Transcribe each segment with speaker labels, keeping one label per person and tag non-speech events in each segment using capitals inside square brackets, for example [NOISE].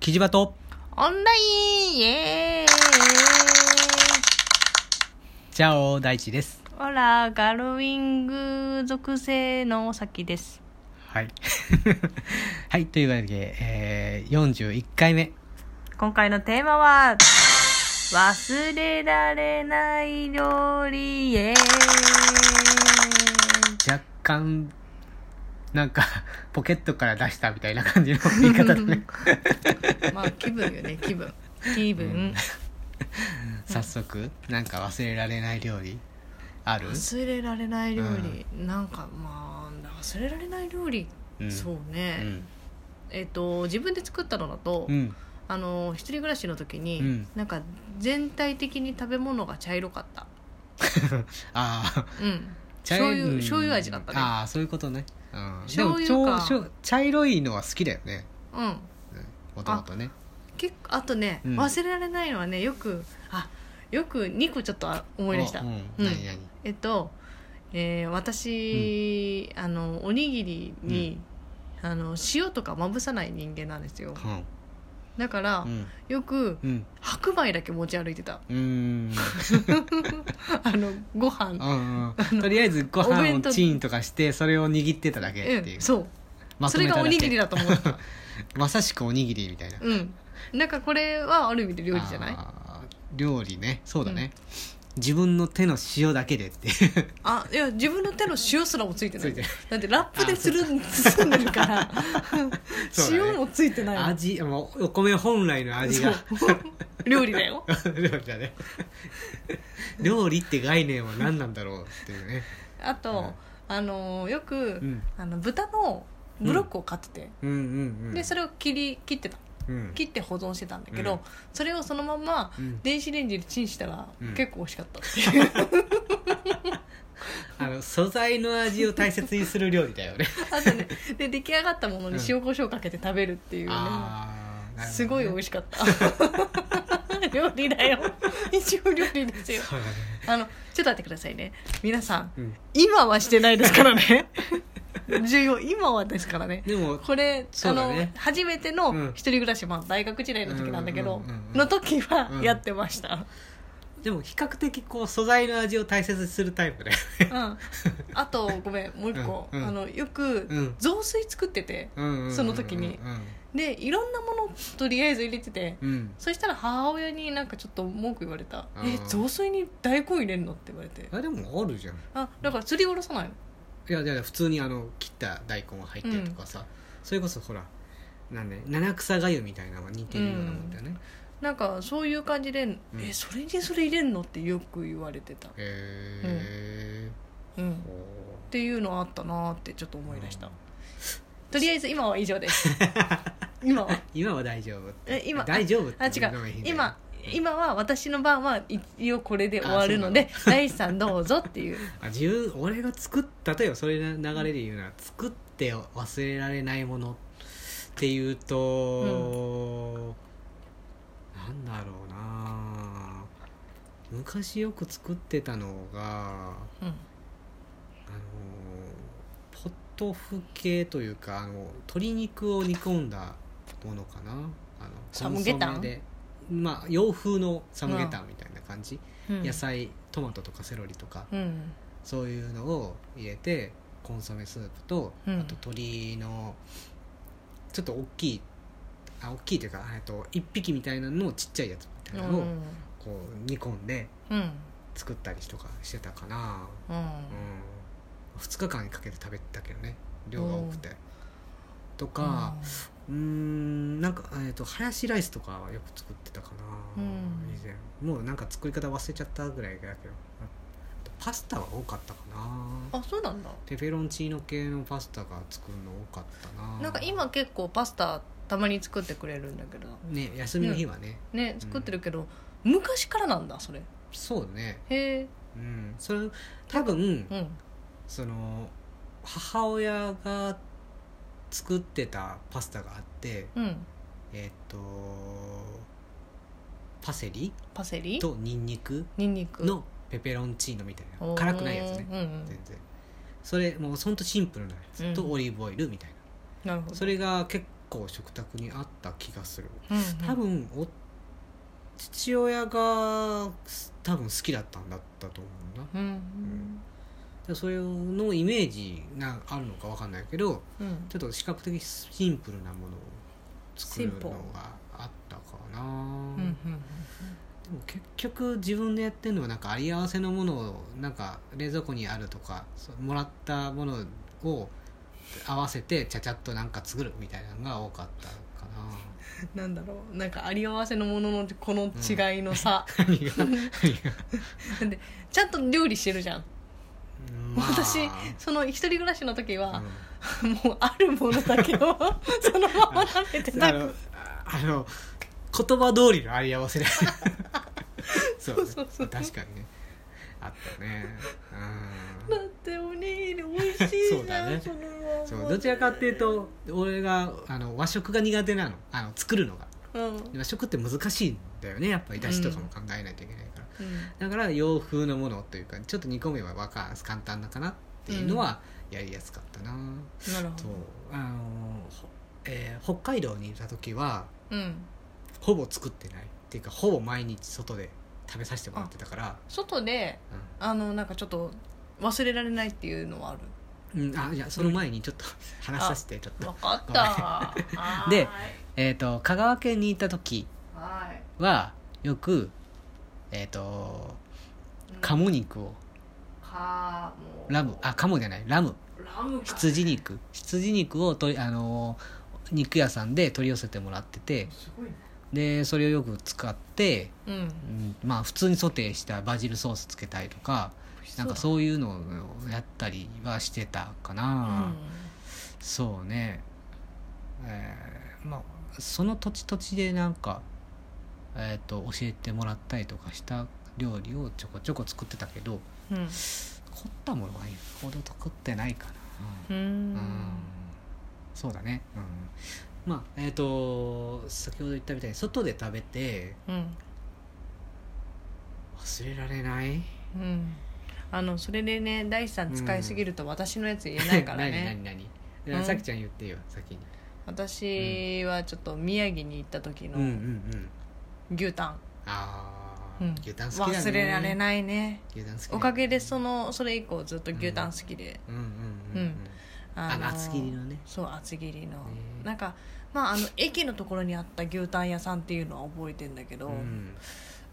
Speaker 1: キジバト
Speaker 2: オンラインイエーイ
Speaker 1: チャオ大地です
Speaker 2: ほら、ガルウィング属性の先です。
Speaker 1: はい [LAUGHS] はいというわけで、えー、41回目
Speaker 2: 今回のテーマは、忘れられない料理イエーイ
Speaker 1: 若干なんか [LAUGHS] ポケットから出したみたいな感
Speaker 2: [LAUGHS]
Speaker 1: じの言い方だね
Speaker 2: まあ、気分よね、気分。気分。
Speaker 1: 早速なんか忘れられない料理ある
Speaker 2: 忘れられない料理、なんかまあ、忘れられない料理、
Speaker 1: うん
Speaker 2: そう
Speaker 1: う
Speaker 2: ね。
Speaker 1: ん
Speaker 2: えっ、と、自分で作ったのだと、
Speaker 1: うん
Speaker 2: あの一人暮らしの時に、
Speaker 1: うん
Speaker 2: なんか全体的に食べ物が茶色かった、
Speaker 1: あ
Speaker 2: [LAUGHS]
Speaker 1: あ [LAUGHS]
Speaker 2: うん、醤油醤油味だったね
Speaker 1: ああそういうことね、うん、
Speaker 2: 醤油か
Speaker 1: でもちょう茶色いのは好きだよね
Speaker 2: うん
Speaker 1: もともとね
Speaker 2: 結構あとね、
Speaker 1: うん
Speaker 2: 忘れられないのはねよくあよく2個ちょっとあ思い出した、
Speaker 1: うん
Speaker 2: うん
Speaker 1: 何々
Speaker 2: えっと、えー私、あのおにぎりに、あの塩とかまぶさない人間なんですよだから、
Speaker 1: うん
Speaker 2: よく
Speaker 1: うん
Speaker 2: 白米だけ持ち歩いてた
Speaker 1: うーん
Speaker 2: あのご飯
Speaker 1: うんうんとりあえずご
Speaker 2: お
Speaker 1: 飯
Speaker 2: 弁
Speaker 1: を
Speaker 2: 当
Speaker 1: チーンとかしてそれを握ってただけっていう
Speaker 2: う、ん、そう
Speaker 1: ま
Speaker 2: そ
Speaker 1: とめ
Speaker 2: れ
Speaker 1: た
Speaker 2: がお
Speaker 1: だけ
Speaker 2: にぎりだと思ってた
Speaker 1: [LAUGHS] まさしくおにぎりみたいな
Speaker 2: うん、なんかこれはある意味で料理じゃないあ
Speaker 1: あー料理ねそうだね、自分の手の塩だけでっていう
Speaker 2: いや自分の手の塩すらもついてない
Speaker 1: ついてない
Speaker 2: だってラップでする包んでるから
Speaker 1: そうだね
Speaker 2: 塩もついてないの
Speaker 1: 味もうお米本来の味
Speaker 2: そ
Speaker 1: が
Speaker 2: う料理だよ
Speaker 1: [LAUGHS] 料理だね料理って概念は何なんだろうっていうね
Speaker 2: あと、
Speaker 1: うん
Speaker 2: あのーよく、
Speaker 1: うん
Speaker 2: あの豚のブロックを買ってて、
Speaker 1: うんうんうん
Speaker 2: でそれを切り切ってた
Speaker 1: うん
Speaker 2: 切って保存してたんだけど、
Speaker 1: うん
Speaker 2: それをそのまま
Speaker 1: うん
Speaker 2: 電子レンジでチンしたら、
Speaker 1: うん
Speaker 2: 結構美味しかったっていう [LAUGHS]
Speaker 1: あの素材の味を大切にする料理だよね
Speaker 2: あとねで出来上がったものに塩コショウかけて食べるっていうね、
Speaker 1: ああ
Speaker 2: すごい美味
Speaker 1: しい
Speaker 2: しかった [LAUGHS] 料理だよ一応料理ですよ
Speaker 1: そうだね
Speaker 2: あのちょっと待ってくださいね皆さん
Speaker 1: うん
Speaker 2: 今はしてないですからね
Speaker 1: [LAUGHS]
Speaker 2: 重要今はですからね
Speaker 1: でも
Speaker 2: これ、
Speaker 1: そ
Speaker 2: あ
Speaker 1: うだ
Speaker 2: の
Speaker 1: ね
Speaker 2: 初めての
Speaker 1: うん
Speaker 2: 一人暮らし、まあ、大学時代の時なんだけど、
Speaker 1: うんうんうんうん
Speaker 2: の時
Speaker 1: う
Speaker 2: は
Speaker 1: ん
Speaker 2: やって
Speaker 1: [LAUGHS]
Speaker 2: ました、
Speaker 1: でも比較的こう素材の味を大切にするタイプだよ
Speaker 2: う
Speaker 1: ね
Speaker 2: ん、あとごめんもう一個、
Speaker 1: うんうん
Speaker 2: あのよく
Speaker 1: うん
Speaker 2: 雑炊作ってて、
Speaker 1: うんうんうんうん
Speaker 2: その時にでいろんなものとりあえず入れてて、
Speaker 1: うん
Speaker 2: そしたら母親になんかちょっと文句言われた「
Speaker 1: あ
Speaker 2: え
Speaker 1: ー
Speaker 2: 雑炊に大根入れるの?」って言われて
Speaker 1: あでもあるじゃん
Speaker 2: あだからすりおろさないの
Speaker 1: いやいや普通にあの切った大根が入ってるとかさ、それこそほらなんね七草がゆみたいなのが似てるようなもんだよね、
Speaker 2: なんかそういう感じで「えそれにそれ入れんの?」ってよく言われてた、
Speaker 1: へえ、
Speaker 2: うん、っ
Speaker 1: お
Speaker 2: ていうのあったなーってちょっと思い出した、
Speaker 1: うん
Speaker 2: とりあえず今は以上です
Speaker 1: [LAUGHS]
Speaker 2: 今は
Speaker 1: 今は大丈夫
Speaker 2: え今
Speaker 1: 大丈夫って
Speaker 2: あ違
Speaker 1: 言うのがいい
Speaker 2: うん
Speaker 1: だよ
Speaker 2: 今今は私の番は一応これで終わるの
Speaker 1: あ
Speaker 2: で「大地さんどうぞ」っ
Speaker 1: [LAUGHS]
Speaker 2: ていう
Speaker 1: あ自由俺が作っ例えばそういう流れで言うなら作って忘れられないものっていうと、なんだろうな昔よく作ってたのが
Speaker 2: うん
Speaker 1: あのポトフ系というかあの鶏肉を煮込んだものかなあの
Speaker 2: サムゲタ
Speaker 1: コ
Speaker 2: ン
Speaker 1: ンソメでまあ洋風のサムゲタンみたいな感じ、
Speaker 2: うん
Speaker 1: 野菜トマトとかセロリとか
Speaker 2: うん
Speaker 1: そういうのを入れてコンソメスープと、
Speaker 2: うん
Speaker 1: あと鶏のちょっと大きいあ大きいというかえっと一匹みたいなのをちっちゃいやつみた
Speaker 2: う
Speaker 1: いなのを
Speaker 2: ん
Speaker 1: こう煮込んで
Speaker 2: うん
Speaker 1: 作ったりとかしてたかな、
Speaker 2: う
Speaker 1: うんん、2日間かけて食べてたけどね量が多くて。とかう
Speaker 2: うん
Speaker 1: ーんなんか、えっとハヤシライスとかはよく作ってたかな、
Speaker 2: うん
Speaker 1: 以前もうなんか作り方忘れちゃったぐらいだけどあとパスタは多かったかな
Speaker 2: あそうなんだ
Speaker 1: ペペロンチーノ系のパスタが作るの多かったな
Speaker 2: なんか今結構パスタたまに作ってくれるんだけど
Speaker 1: ね休みの日はね、
Speaker 2: ね作ってるけど、昔からなんだそれへ
Speaker 1: そうね
Speaker 2: え
Speaker 1: うんそれ多分、
Speaker 2: うん
Speaker 1: その母親が作ってたパスタがあって
Speaker 2: うん
Speaker 1: えっ、とパセリ
Speaker 2: パセリ
Speaker 1: とニンニク
Speaker 2: ニンニク
Speaker 1: のペペロンチーノみたい
Speaker 2: お
Speaker 1: な
Speaker 2: ー
Speaker 1: 辛くないやつね
Speaker 2: うんうん
Speaker 1: 全然それもうほんとシンプルなや
Speaker 2: うん
Speaker 1: つとオリーブオイルみたいな、
Speaker 2: なるほど
Speaker 1: それが結個食卓にあった気がする
Speaker 2: うんうん
Speaker 1: 多分お父親が多分好きだったんだったと思うな
Speaker 2: うん
Speaker 1: でそれのイメージがあるのかわかんないけど
Speaker 2: うんうん
Speaker 1: ちょっと視覚的シンプルなものを作るの
Speaker 2: シンプル
Speaker 1: があったかな、
Speaker 2: うんうん
Speaker 1: でも結局自分でやってるのはなんかあり合わせのものをなんか冷蔵庫にあるとかそうもらったものを合わせてちゃちゃっとなんか作るみたいなのが多かったかな
Speaker 2: なんだろうなんかあり合わせのもののこの違いのさ、
Speaker 1: 何が何が、
Speaker 2: [LAUGHS] ちゃんと料理してるじゃん
Speaker 1: うん
Speaker 2: 私
Speaker 1: ま
Speaker 2: その一人暮らしの時
Speaker 1: あ
Speaker 2: は、もうあるものだけ
Speaker 1: [LAUGHS]
Speaker 2: をそのまま食べて
Speaker 1: うんあ
Speaker 2: た
Speaker 1: のあの言葉通りのあり合
Speaker 2: [LAUGHS]
Speaker 1: わせだそう,、ね、
Speaker 2: そうそうそう
Speaker 1: 確かにねあったねうん
Speaker 2: だっておにぎり美味しいじゃん
Speaker 1: そうだね
Speaker 2: そのまま
Speaker 1: そうどちらかっていうと俺があの和食が苦手なのあの作るのが
Speaker 2: うん、うん、
Speaker 1: 和食って難しいんだよねやっぱりだしとかも考えないといけないから、だから洋風のものというかちょっと煮込めばわか簡単だかなっていうのはやりやすかったな、
Speaker 2: なるほ
Speaker 1: そう
Speaker 2: ど
Speaker 1: あの、ほえー北海道にいた時は
Speaker 2: うん
Speaker 1: ほぼ作ってないっていうかほぼ毎日外で食べさせてもらってたから
Speaker 2: 外であのなんかちょっと忘れられないっていうのはある
Speaker 1: うん、うんあいやその前にちょっと [LAUGHS] 話させてちょっと
Speaker 2: わかったはーい
Speaker 1: でえっ、と香川県にいた時
Speaker 2: は
Speaker 1: はよくえっ、と
Speaker 2: ーい
Speaker 1: 鴨肉を
Speaker 2: かもう
Speaker 1: ラムあ鴨じゃないラム
Speaker 2: ラムか
Speaker 1: 羊肉羊肉をとりあのー肉屋さんで取り寄せてもらってて
Speaker 2: すごいな
Speaker 1: でそれをよく使って、
Speaker 2: うん
Speaker 1: うんまあ普通にソテーしたバジルソースつけたりとかなんかそういうのをやったりはしてたか
Speaker 2: うだ
Speaker 1: な、そうねえーまあその土地土地でなんかえっ、と教えてもらったりとかした料理をちょこちょこ作ってたけど
Speaker 2: うんう
Speaker 1: 凝
Speaker 2: ん
Speaker 1: ったものはよほど作ってないかな、
Speaker 2: うー
Speaker 1: うん
Speaker 2: ん
Speaker 1: そうだね、うん、まあえっ、と先ほど言ったみたいに外で食べて
Speaker 2: うん
Speaker 1: 忘れられない
Speaker 2: うんあのそれでね大地さん使いすぎると私のやつ言えないからね
Speaker 1: [LAUGHS] 何何
Speaker 2: うん
Speaker 1: 何さきちゃん言ってよ先に
Speaker 2: 私はちょっと宮城に行った時
Speaker 1: うんうんう
Speaker 2: の
Speaker 1: ん
Speaker 2: 牛タン、
Speaker 1: ああ、
Speaker 2: うん
Speaker 1: 牛タン好きだね
Speaker 2: 忘れられないね
Speaker 1: 牛タン好きだね
Speaker 2: おかげでそのそれ以降ずっと牛タン好きで、
Speaker 1: うんうんうん、
Speaker 2: う
Speaker 1: うんん、あ
Speaker 2: の
Speaker 1: の厚切りのね
Speaker 2: そう厚切りの、
Speaker 1: ね
Speaker 2: なんかまああの駅のところにあった牛タン屋さんっていうのは覚えてんだけど、
Speaker 1: うん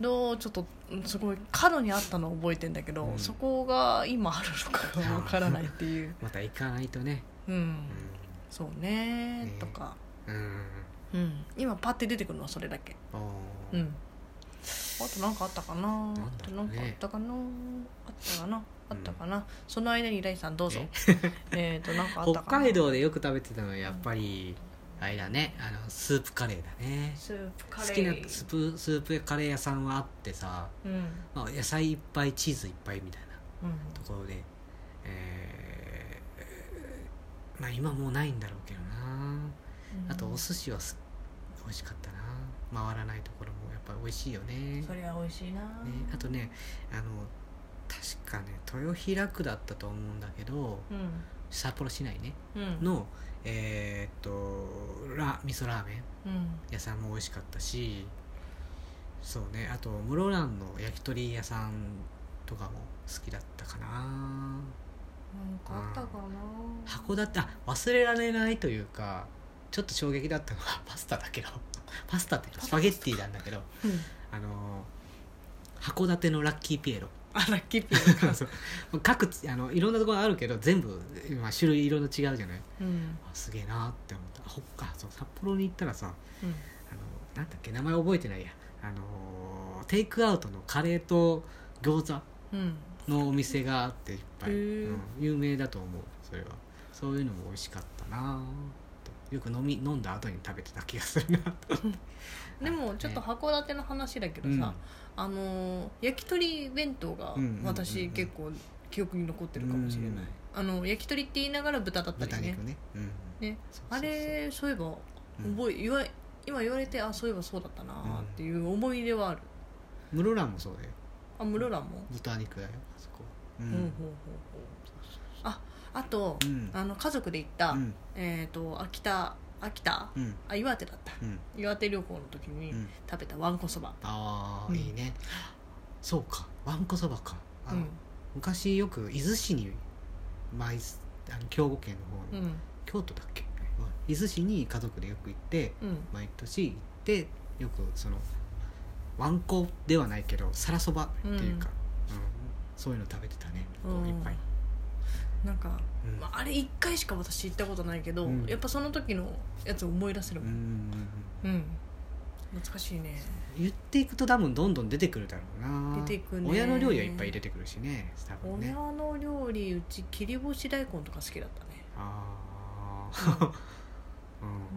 Speaker 2: どうちょっとうんすごい角にあったの覚えてんだけど、
Speaker 1: うん
Speaker 2: そこが今あるのかがわからないっていう、
Speaker 1: また行かないとね
Speaker 2: うん
Speaker 1: う、
Speaker 2: そうね
Speaker 1: ね
Speaker 2: とか、
Speaker 1: ん、うん
Speaker 2: うん、今パッて出てくるのはそれだけ、
Speaker 1: おー
Speaker 2: うん、あとなんかあったかな
Speaker 1: だろうね
Speaker 2: あとなんかあったかなあったかなあったかな、その間に大地さんどうぞ
Speaker 1: ね
Speaker 2: [LAUGHS] えっ、となんかあった
Speaker 1: 北
Speaker 2: かな
Speaker 1: 海道でよく食べてたのはやっぱりあれだねあのスープカレーだね
Speaker 2: スープカレ
Speaker 1: 好
Speaker 2: ー
Speaker 1: きなスープスープカレー屋さんはあってさ、
Speaker 2: うん
Speaker 1: まあ、野菜いっぱいチーズいっぱいみたいな
Speaker 2: うん
Speaker 1: ところでえーまあ今もうないんだろうけどなあとお寿司はす美味しかったな回らないところもやっぱり美味しいよね
Speaker 2: そ
Speaker 1: ね
Speaker 2: れは美味しいな、
Speaker 1: あとねあの確かね豊平区だったと思うんだけど
Speaker 2: う
Speaker 1: 札幌市内ね
Speaker 2: んうん
Speaker 1: のえーっとラ味噌ラーメン
Speaker 2: うん
Speaker 1: 屋さんも美味しかったしそうねあと室蘭の焼き鳥屋さんとかも好きだったかな
Speaker 2: なんかあったかな、
Speaker 1: 函館あ忘れられないというかちょっと衝撃だったのは [LAUGHS] パスタだけどパスタっていうかスパゲッティなんだけど
Speaker 2: うん
Speaker 1: あのー函館のラッキーピ [LAUGHS] エロ
Speaker 2: あラッキーピー
Speaker 1: そう各地あのいろんなところあるけど全部、まあ、種類色の違うじゃない
Speaker 2: うん
Speaker 1: あすげえなって思ったあほっかそう札幌に行ったらさ
Speaker 2: うん
Speaker 1: あのなんだっけ名前覚えてないやあのーテイクアウトのカレーと餃
Speaker 2: うん
Speaker 1: 子のお店があっていっぱい、
Speaker 2: へ
Speaker 1: う
Speaker 2: ー
Speaker 1: ん、有名だと思うそれはそういうのも美味しかったなとよく飲み飲んだ後に食べてた気がするなと、
Speaker 2: でもちょっと函館の話だけど
Speaker 1: うん、
Speaker 2: さ、あのー焼き鳥弁当が
Speaker 1: うんうんうんうん
Speaker 2: 私結構記憶に残ってるかもしれない、
Speaker 1: うん
Speaker 2: あの焼き鳥って言いながら豚だった
Speaker 1: 豚
Speaker 2: りね
Speaker 1: 肉ねうん
Speaker 2: ね
Speaker 1: そうそうそう
Speaker 2: あれそういえば
Speaker 1: うん
Speaker 2: 覚え言わ今言われてあそういえばそうだったなーっていう思い出はある
Speaker 1: 室蘭もそうだよ
Speaker 2: あ室蘭も、
Speaker 1: 豚肉だよあそこうん
Speaker 2: うほうほうほうほうああと、
Speaker 1: うん
Speaker 2: あの家族で行った、
Speaker 1: うん
Speaker 2: えっ、と秋田秋田
Speaker 1: うん
Speaker 2: あ岩手だった
Speaker 1: うん
Speaker 2: 岩手旅行の時に
Speaker 1: うん
Speaker 2: 食べたわんこそば、
Speaker 1: ああ、
Speaker 2: うん
Speaker 1: いいねそうかわんこそばかあ
Speaker 2: う
Speaker 1: の、
Speaker 2: ん
Speaker 1: 昔よく伊豆市に毎あの兵庫県の方に、
Speaker 2: うん
Speaker 1: 京都だっけ伊豆市に家族でよく行って
Speaker 2: うん
Speaker 1: 毎年行ってよくそのわんこではないけど皿そばっていうか、うんそういうの食べてたね、こう
Speaker 2: うん
Speaker 1: いっぱい、
Speaker 2: なんか、
Speaker 1: うん
Speaker 2: まあ、あれ1回しか私行ったことないけど、
Speaker 1: うん
Speaker 2: やっぱその時のやつ思い出せる
Speaker 1: う
Speaker 2: も
Speaker 1: んうん
Speaker 2: ん、
Speaker 1: うん
Speaker 2: うん、懐かしいね
Speaker 1: 言っていくと多分どんどん出てくるだろうな
Speaker 2: 出てくね
Speaker 1: 親の料理はいっぱい出てくるしね多分
Speaker 2: 親
Speaker 1: ね
Speaker 2: の料理うち切り干し大根とか好きだったね
Speaker 1: ああ、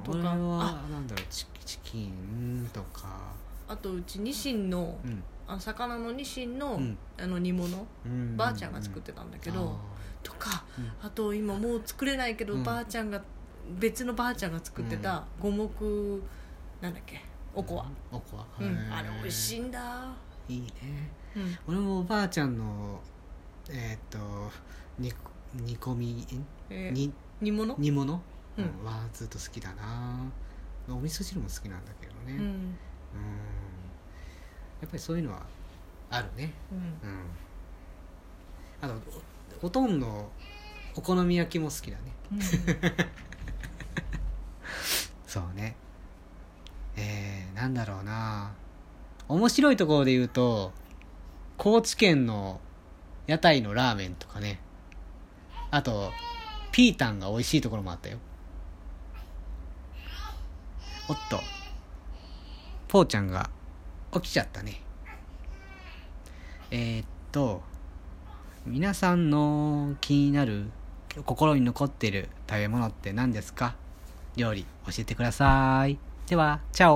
Speaker 2: と
Speaker 1: うん、
Speaker 2: か
Speaker 1: 俺はなんだろうチチキンとか
Speaker 2: あとうちニシンの
Speaker 1: うん
Speaker 2: あ魚のニシンの,、
Speaker 1: うん
Speaker 2: あの煮物
Speaker 1: うん
Speaker 2: ばあちゃんが作ってたんだけど、
Speaker 1: あ
Speaker 2: とか
Speaker 1: ーうん
Speaker 2: あと今もう作れないけど、
Speaker 1: うん
Speaker 2: ばあちゃんが別のばあちゃんが作ってた五目なんだっけおこわ、
Speaker 1: おこわ、
Speaker 2: うん
Speaker 1: へー
Speaker 2: あれ美味しいんだ、
Speaker 1: いいね
Speaker 2: うん、
Speaker 1: 俺もおばあちゃんのえーっと煮煮込み
Speaker 2: えー
Speaker 1: 煮
Speaker 2: 煮物
Speaker 1: 煮物、
Speaker 2: うん
Speaker 1: うんはずっと好きだなお味噌汁も好きなんだけどね、
Speaker 2: うん、うん
Speaker 1: うんやっぱりそういうのはあるねうんあとおおとんのお好み焼きも好きだね
Speaker 2: うん
Speaker 1: [LAUGHS] そうねえー、なんだろうな面白いところで言うと高知県の屋台のラーメンとかねあとピータンが美味しいところもあったよおっとぽーちゃんが起きちゃったねえー、っと皆さんの気になる心に残ってる食べ物って何ですか料理教えてくださいではチャオ